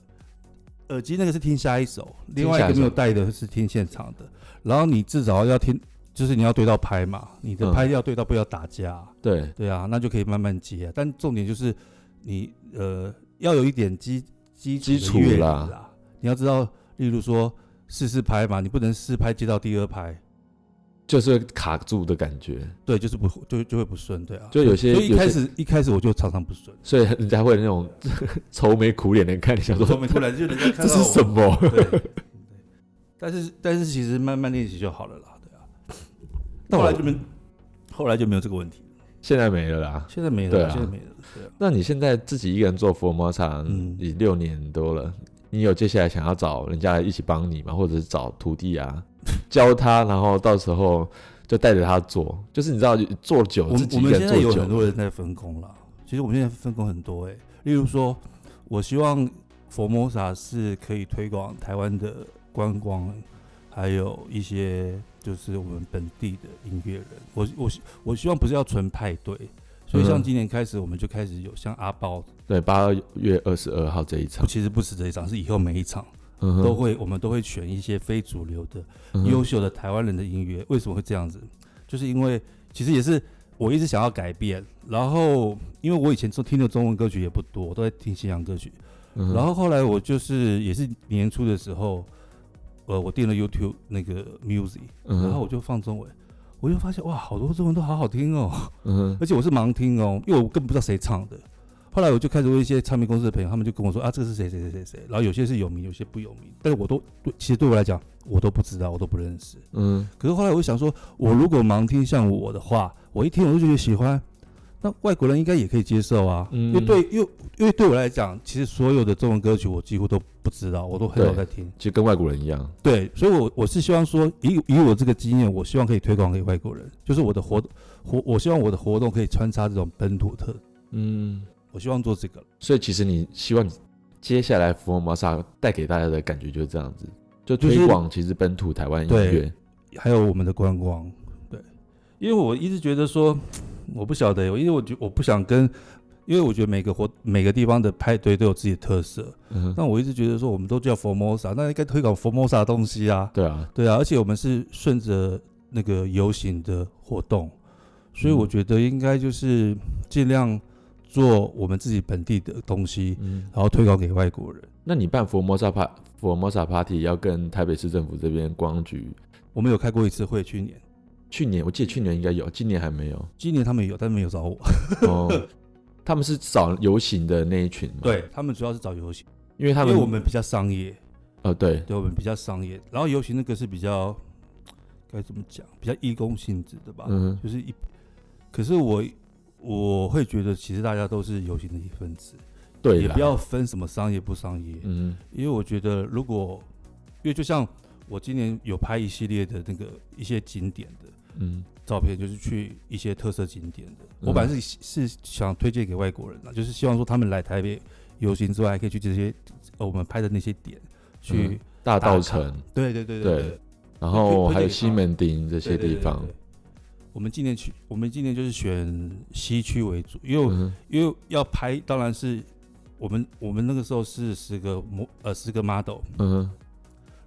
Speaker 2: 耳机那个是听下一首，另外
Speaker 1: 下
Speaker 2: 一
Speaker 1: 一
Speaker 2: 个没有
Speaker 1: 首
Speaker 2: 带的是听现场的，然后你至少要听，就是你要对到拍嘛，你的
Speaker 1: 嗯
Speaker 2: 拍要对到不要打架啊、
Speaker 1: 对，
Speaker 2: 对啊，那就可以慢慢接啊。但重点就是你呃要有一点基基础
Speaker 1: 基础
Speaker 2: 的乐理
Speaker 1: 啦
Speaker 2: 啦，你要知道，例如说试试拍嘛，你不能试拍接到第二拍，
Speaker 1: 就是卡住的感觉，
Speaker 2: 对，就是不就就会不顺，对啊。
Speaker 1: 就有些
Speaker 2: 所以一
Speaker 1: 有些
Speaker 2: 开始一开始我就常常不顺，
Speaker 1: 所以人家会有那种 愁眉苦脸的看，你想
Speaker 2: 我
Speaker 1: 说
Speaker 2: 没出来就人家
Speaker 1: 这是什么？
Speaker 2: 么？对，但是但是其实慢慢练习就好了啦，对啊。
Speaker 1: 那我
Speaker 2: 后来就没后来就没有这个问题，
Speaker 1: 现在没了啦。
Speaker 2: 现在没
Speaker 1: 对
Speaker 2: 了，
Speaker 1: 啊
Speaker 2: 现在没了，对啊。
Speaker 1: 那你现在自己一个人做佛摩萨，
Speaker 2: 嗯
Speaker 1: 你六年多了，你有接下来想要找人家来一起帮你吗？或者是找徒弟啊， 教他，然后到时候就带着他做，就是你知道做久
Speaker 2: 我
Speaker 1: 自
Speaker 2: 们
Speaker 1: 己
Speaker 2: 我
Speaker 1: 一
Speaker 2: 们
Speaker 1: 个
Speaker 2: 现
Speaker 1: 人
Speaker 2: 在有
Speaker 1: 做
Speaker 2: 很
Speaker 1: 久，
Speaker 2: 多人在分工了，其实我们现在分工很多哎、例如说，我希望 Formosa 是可以推广台湾的观光，还有一些就是我们本地的音乐人。我我希我希望不是要纯派对，所以
Speaker 1: 嗯
Speaker 2: 像
Speaker 1: 哼
Speaker 2: 今年开始我们就开始有像阿豹，
Speaker 1: 对，八月二十二号这一场
Speaker 2: 不，其实不止这一场，是以后每一场
Speaker 1: 嗯哼
Speaker 2: 都会我们都会选一些非主流的
Speaker 1: 嗯哼
Speaker 2: 优秀的台湾人的音乐。为什么会这样子？就是因为其实也是我一直想要改变，然后因为我以前做听的中文歌曲也不多，我都在听西洋歌曲。
Speaker 1: 嗯哼
Speaker 2: 然后后来我就是也是年初的时候，呃，我订了 YouTube 那个 Music，
Speaker 1: 嗯哼
Speaker 2: 然后我就放中文，我就发现哇，好多中文都好好听哦，
Speaker 1: 嗯哼
Speaker 2: 而且我是盲听哦，因为我根本不知道谁唱的。后来我就开始问一些唱片公司的朋友，他们就跟我说啊，这个是谁谁谁谁谁，然后有些是有名，有些不有名，但是我都对，其实对我来讲，我都不知道，我都不认识。
Speaker 1: 嗯
Speaker 2: 可是后来我想说，我如果盲听像我的话，我一听我就觉得喜欢，那外国人应该也可以接受啊。
Speaker 1: 嗯
Speaker 2: 因为对，因为因为对我来讲，其实所有的中文歌曲我几乎都不知道，我都很少
Speaker 1: 对
Speaker 2: 在听。
Speaker 1: 其实跟外国人一样，
Speaker 2: 对，所以我，我是希望说，以以我这个经验，我希望可以推广给外国人，就是我的活活，我希望我的活动可以穿插这种本土特，
Speaker 1: 嗯，
Speaker 2: 我希望做这个。
Speaker 1: 所以其实你希望你接下来福尔摩萨带给大家的感觉就是这样子，就推广其实本土台湾音乐
Speaker 2: 对，还有我们的观光，对，因为我一直觉得说，我不晓得，因为我觉我不想跟，因为我觉得每个活每个地方的派对都有自己的特色，
Speaker 1: 嗯哼，
Speaker 2: 那我一直觉得说，我们都叫 Formosa，那应该推广 Formosa 的东西啊，
Speaker 1: 对啊，
Speaker 2: 对啊，而且我们是顺着那个游行的活动，所以我
Speaker 1: 嗯
Speaker 2: 觉得应该就是尽量做我们自己本地的东西，
Speaker 1: 嗯，
Speaker 2: 然后推广给外国人。
Speaker 1: 那你办福尔摩萨帕福尔摩萨 party 要跟台北市政府这边光局，
Speaker 2: 我们有开过一次会，去年，
Speaker 1: 去年我记得去年应该有，今年还没 有
Speaker 2: 今年他们有，但没有找我。
Speaker 1: 哦。他们是找游行的那一群嘛，，
Speaker 2: 对他们主要是找游行，
Speaker 1: 因为他
Speaker 2: 因为
Speaker 1: 们
Speaker 2: 我们比较商业，
Speaker 1: 呃对，
Speaker 2: 对我们比较商业，然后游行那个是比较该怎么讲，比较义工性质的吧，
Speaker 1: 嗯哼
Speaker 2: 就是一。可是我我会觉得，其实大家都是游行的一份子，
Speaker 1: 对
Speaker 2: 也
Speaker 1: 啦
Speaker 2: 不要分什么商业不商业，
Speaker 1: 嗯
Speaker 2: 因为我觉得如果，因为就像我今年有拍一系列的那个一些景点的
Speaker 1: 嗯
Speaker 2: 照片，就是去一些特色景点的，我本来是是想推荐给外国人的，就是希望说他们来台北游行之外，还可以去这些呃我们拍的那些点去。
Speaker 1: 嗯大道
Speaker 2: 打卡
Speaker 1: 城，
Speaker 2: 对对对
Speaker 1: 对然后还有西门町这
Speaker 2: 这
Speaker 1: 些地方，
Speaker 2: 我们今年去，我们今年就是选西区为主，因为、
Speaker 1: 嗯
Speaker 2: 因为要拍，当然是我们我们那个时候是十个模呃十个 model，
Speaker 1: 哼嗯哼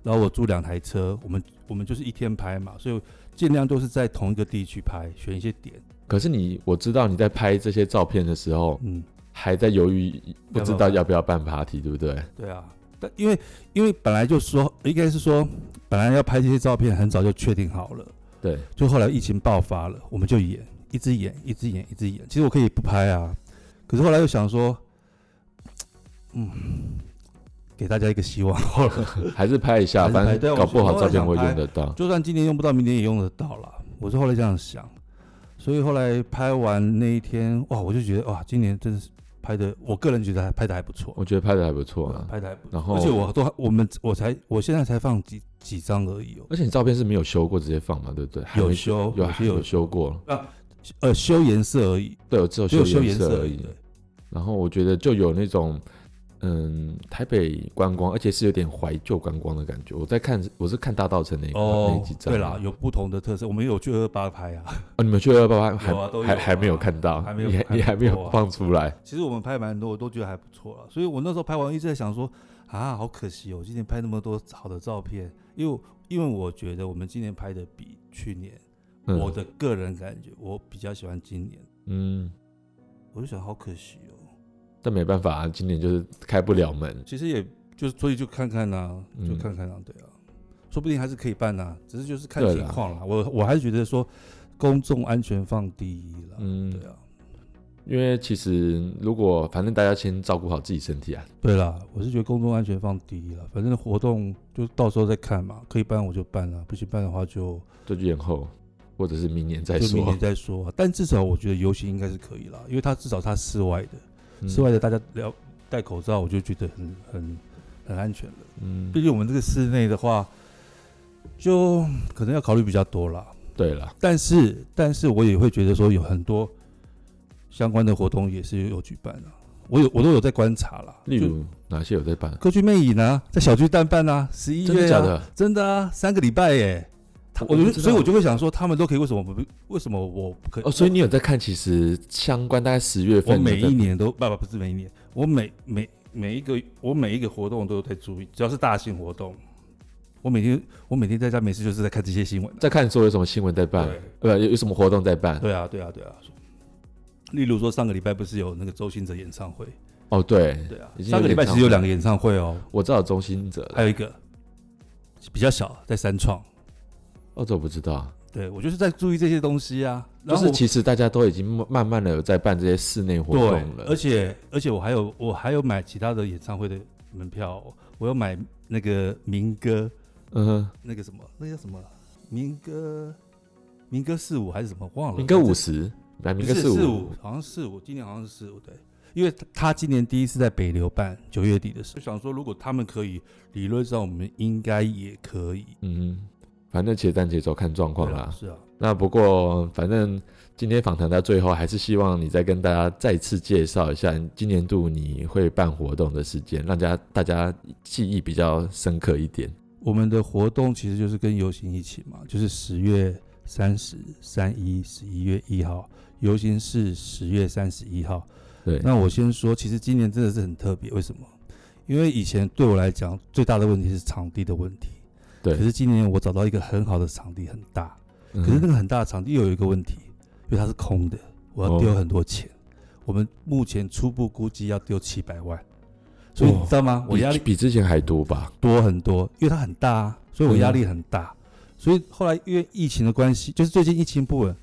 Speaker 2: 然后我租两台车，我们我们就是一天拍嘛，所以尽量都是在同一个地区拍，选一些点。
Speaker 1: 可是你，我知道你在拍这些照片的时候，
Speaker 2: 嗯，
Speaker 1: 还在犹豫，不知道
Speaker 2: 要
Speaker 1: 要不要办 party，对不对？
Speaker 2: 对啊，但因为因为本来就说应该是说本来要拍这些照片，很早就确定好了，
Speaker 1: 对，
Speaker 2: 就后来疫情爆发了，我们就演，一直演，一直演，一直演。其实我可以不拍啊，可是后来又想说，嗯，给大家一个希望 好了，
Speaker 1: 还是拍一下，
Speaker 2: 还是拍
Speaker 1: 反
Speaker 2: 对啊
Speaker 1: 正
Speaker 2: 我
Speaker 1: 搞不好照片
Speaker 2: 我
Speaker 1: 会
Speaker 2: 想拍
Speaker 1: 用得到。
Speaker 2: 就算今年用不到，明年也用得到啦。我是后来这样想，所以后来拍完那一天，哇，我就觉得哇，今年真的是拍的，我个人觉得还拍的还不错，
Speaker 1: 我觉得拍的还不错啊。
Speaker 2: 拍的还不错。
Speaker 1: 然后，
Speaker 2: 而且我都还我们我才我现在才放几几张而已哦，
Speaker 1: 而且你照片是没有修过，直接放嘛，对不对？还
Speaker 2: 有
Speaker 1: 没
Speaker 2: 修
Speaker 1: 有
Speaker 2: 有些
Speaker 1: 有
Speaker 2: 有
Speaker 1: 修过，
Speaker 2: 呃修颜色而已，
Speaker 1: 对，我只有
Speaker 2: 只有修
Speaker 1: 哦颜
Speaker 2: 色
Speaker 1: 而
Speaker 2: 已
Speaker 1: 已。
Speaker 2: 对
Speaker 1: 然后我觉得就有那种，嗯，台北观光，而且是有点怀旧观光的感觉。我在看，我是看大道城那一块那
Speaker 2: 哦
Speaker 1: 几，张。啊
Speaker 2: 对啦，有不同的特色，我们有去二八拍啊。
Speaker 1: 哦，你们去二八八
Speaker 2: 有啊
Speaker 1: 还
Speaker 2: 都有
Speaker 1: 还
Speaker 2: 啊
Speaker 1: 还没有看到，
Speaker 2: 还没有
Speaker 1: 你
Speaker 2: 还
Speaker 1: 你还没
Speaker 2: 没有
Speaker 1: 有
Speaker 2: 啊
Speaker 1: 放出来。
Speaker 2: 其实我们拍蛮多，我都觉得还不错了。所以我那时候拍完一直在想说，啊，好可惜哦，今年拍那么多好的照片，因为因为我觉得我们今年拍的比去年，
Speaker 1: 嗯
Speaker 2: 我的个人感觉我比较喜欢今年。
Speaker 1: 嗯，
Speaker 2: 我就想，好可惜哦。
Speaker 1: 但没办法啊，今年就是开不了门。
Speaker 2: 其实也就是所以就看看啦、
Speaker 1: 嗯
Speaker 2: 就看看啦、对啊，说不定还是可以办呐、啊只是就是看
Speaker 1: 对啦
Speaker 2: 情况啦。我我还是觉得说，公众安全放第一啦。
Speaker 1: 嗯
Speaker 2: 对，啊，
Speaker 1: 因为其实如果反正大家先照顾好自己身体啊，
Speaker 2: 对啦，我是觉得公众安全放第一了，反正活动就到时候再看嘛，可以办我就办啊了，不行办的话就
Speaker 1: 就延后，或者是明年再
Speaker 2: 就明
Speaker 1: 说
Speaker 2: 年。再说、啊。但至少我觉得游行应该是可以啦，因为它至少它室外的，
Speaker 1: 嗯
Speaker 2: 室外的大家聊戴口罩，我就觉得很很很安全了。
Speaker 1: 嗯
Speaker 2: 毕，竟我们这个室内的话，就可能要考虑比较多啦。
Speaker 1: 对了，
Speaker 2: 但是但是我也会觉得说有很多相关的活动也是有举办啊，我有我都有在观察啦，
Speaker 1: 例
Speaker 2: 就
Speaker 1: 如哪些有在办？
Speaker 2: 歌剧魅影呢，在小巨蛋办啊，十一
Speaker 1: 真的
Speaker 2: 月
Speaker 1: 假
Speaker 2: 啊，
Speaker 1: 的？
Speaker 2: 真的啊，三个礼拜耶。他
Speaker 1: 我
Speaker 2: 我
Speaker 1: 不
Speaker 2: 就
Speaker 1: 知道
Speaker 2: 所以我就会想说，他们都可以，为什么我不为什么我不可以？
Speaker 1: 哦，所以你有在看？其实相关大概十月
Speaker 2: 呃我
Speaker 1: 份
Speaker 2: 每
Speaker 1: 有在
Speaker 2: 一年都，爸爸不是每一年，我每每每一个我每一个活动都有在注意，只要是大型活动，我每天我每天在家没事就是在看这些新闻。啊
Speaker 1: 在看说有什么新闻在办，呃，有有什么活动在办？
Speaker 2: 对啊，对啊，对啊。例如说上个礼拜不是有那个周兴哲演唱会？
Speaker 1: 哦，对，
Speaker 2: 对啊，
Speaker 1: 已经有
Speaker 2: 上个礼拜其实有两个演唱会哦，
Speaker 1: 我知道中心者，
Speaker 2: 还有一个比较小，在三创。
Speaker 1: 哦，这我不知道。
Speaker 2: 对我就是在注意这些东西啊。
Speaker 1: 就
Speaker 2: 然后
Speaker 1: 是
Speaker 2: 我
Speaker 1: 其实大家都已经慢慢慢的有在办这些室内活
Speaker 2: 对
Speaker 1: 动，
Speaker 2: 而
Speaker 1: 了，
Speaker 2: 且而且我还有我还有买其他的演唱会的门票哦，我有买那个民歌
Speaker 1: 嗯哼，
Speaker 2: 那个什么，那个叫什么民歌民歌四五还是什么忘了？
Speaker 1: 民歌五
Speaker 2: 反
Speaker 1: 十，来
Speaker 2: 正
Speaker 1: 民歌
Speaker 2: 不是
Speaker 1: 四
Speaker 2: 四
Speaker 1: 五，
Speaker 2: 好像四五，今年好像是四五对。因为他今年第一次在北流办，九月底的时候，就想说如果他们可以，理论上我们应该也可以。
Speaker 1: 嗯哼，反正且战且走，看状况
Speaker 2: 对
Speaker 1: 啦。
Speaker 2: 是啊，
Speaker 1: 那不过，反正今天访谈到最后，还是希望你再跟大家再次介绍一下今年度你会办活动的时间，让大家大家记忆比较深刻一点。
Speaker 2: 我们的活动其实就是跟游行一起嘛，就是十月三十、三一、十一月一号，游行是十月三十一号。
Speaker 1: 对，
Speaker 2: 那我先说，其实今年真的是很特别，为什么？因为以前对我来讲最大的问题是场地的问题，
Speaker 1: 对
Speaker 2: 可是今年我找到一个很好的场地，很大，
Speaker 1: 嗯
Speaker 2: 可是那个很大的场地又有一个问题，因为它是空的，我要丢
Speaker 1: 哦
Speaker 2: 很多钱。我们目前初步估计要丢七百万，所以
Speaker 1: 哇
Speaker 2: 你知道吗？我
Speaker 1: 比
Speaker 2: 压力
Speaker 1: 比之前还多吧？
Speaker 2: 多很多，因为它很大、啊，所以我
Speaker 1: 对啊
Speaker 2: 压力很大。所以后来因为疫情的关系，就是最近疫情不稳，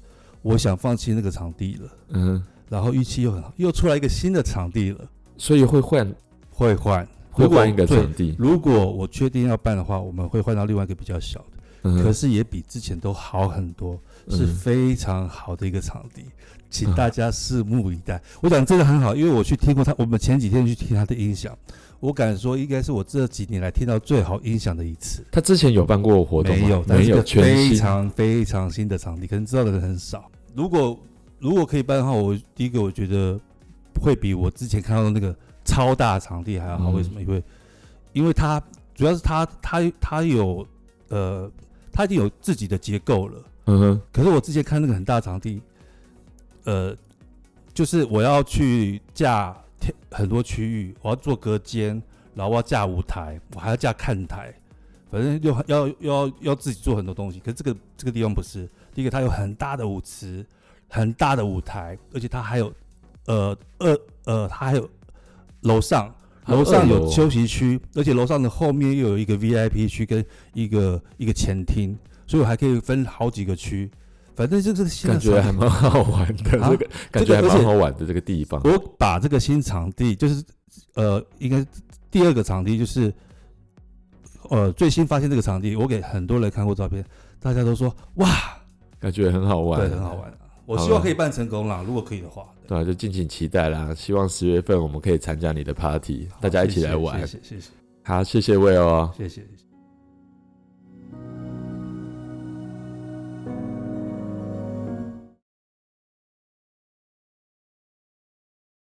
Speaker 2: 我想放弃那个场地了。
Speaker 1: 嗯，
Speaker 2: 然后预期又很好，又出来一个新的场地了，
Speaker 1: 所以会换
Speaker 2: 会换。
Speaker 1: 会
Speaker 2: 如果
Speaker 1: 换一个
Speaker 2: 对
Speaker 1: 场地，
Speaker 2: 如果我确定要办的话，我们会换到另外一个比较小的，
Speaker 1: 嗯
Speaker 2: 可是也比之前都好很多，
Speaker 1: 嗯
Speaker 2: 是非常好的一个场地，请大家拭目以待。我讲真的很好，因为我去听过他，我们前几天去听他的音响，我敢说应该是我这几年来听到最好音响的一次。
Speaker 1: 他之前有办过活动吗？
Speaker 2: 没有，但
Speaker 1: 没
Speaker 2: 是
Speaker 1: 有
Speaker 2: 个
Speaker 1: 全
Speaker 2: 非
Speaker 1: 新。
Speaker 2: 常非常新的场地，可能知道的人很少。如果如果可以办的话，我第一个我觉得会比我之前看到的那个超大场地还要好。
Speaker 1: 嗯
Speaker 2: 为什么？因为因为它主要是它它它有呃，它已经有自己的结构了。
Speaker 1: 嗯哼，
Speaker 2: 可是我之前看那个很大场地，呃，就是我要去架天很多区域，我要做隔间，然后我要架舞台，我还要架看台，反正又要要要要自己做很多东西。可是这个这个地方不是，第一个它有很大的舞池，很大的舞台，而且它还有呃二呃它还有楼上。
Speaker 1: 还有
Speaker 2: 楼上
Speaker 1: 二楼
Speaker 2: 有
Speaker 1: 哦
Speaker 2: 休息区，而且楼上的后面又有一个 VIP 区跟一个一个前厅，所以我还可以分好几个区。反正就这个新的
Speaker 1: 感觉还
Speaker 2: 场地
Speaker 1: 蛮好玩的，
Speaker 2: 啊
Speaker 1: 这个感觉还蛮好玩的这个地方。
Speaker 2: 我把这个新场地，就是呃，应该是第二个场地就是呃最新发现这个场地，我给很多人看过照片，大家都说哇，
Speaker 1: 感觉很好玩，
Speaker 2: 对，很好。玩、啊。我希望可以办成功啦，如果可以的话。
Speaker 1: 对啊，就敬请期待啦！希望十月份我们可以参加你的 party，大家一起来玩。
Speaker 2: 谢谢谢谢
Speaker 1: 好，谢谢 Will 哦。
Speaker 2: 谢谢谢谢。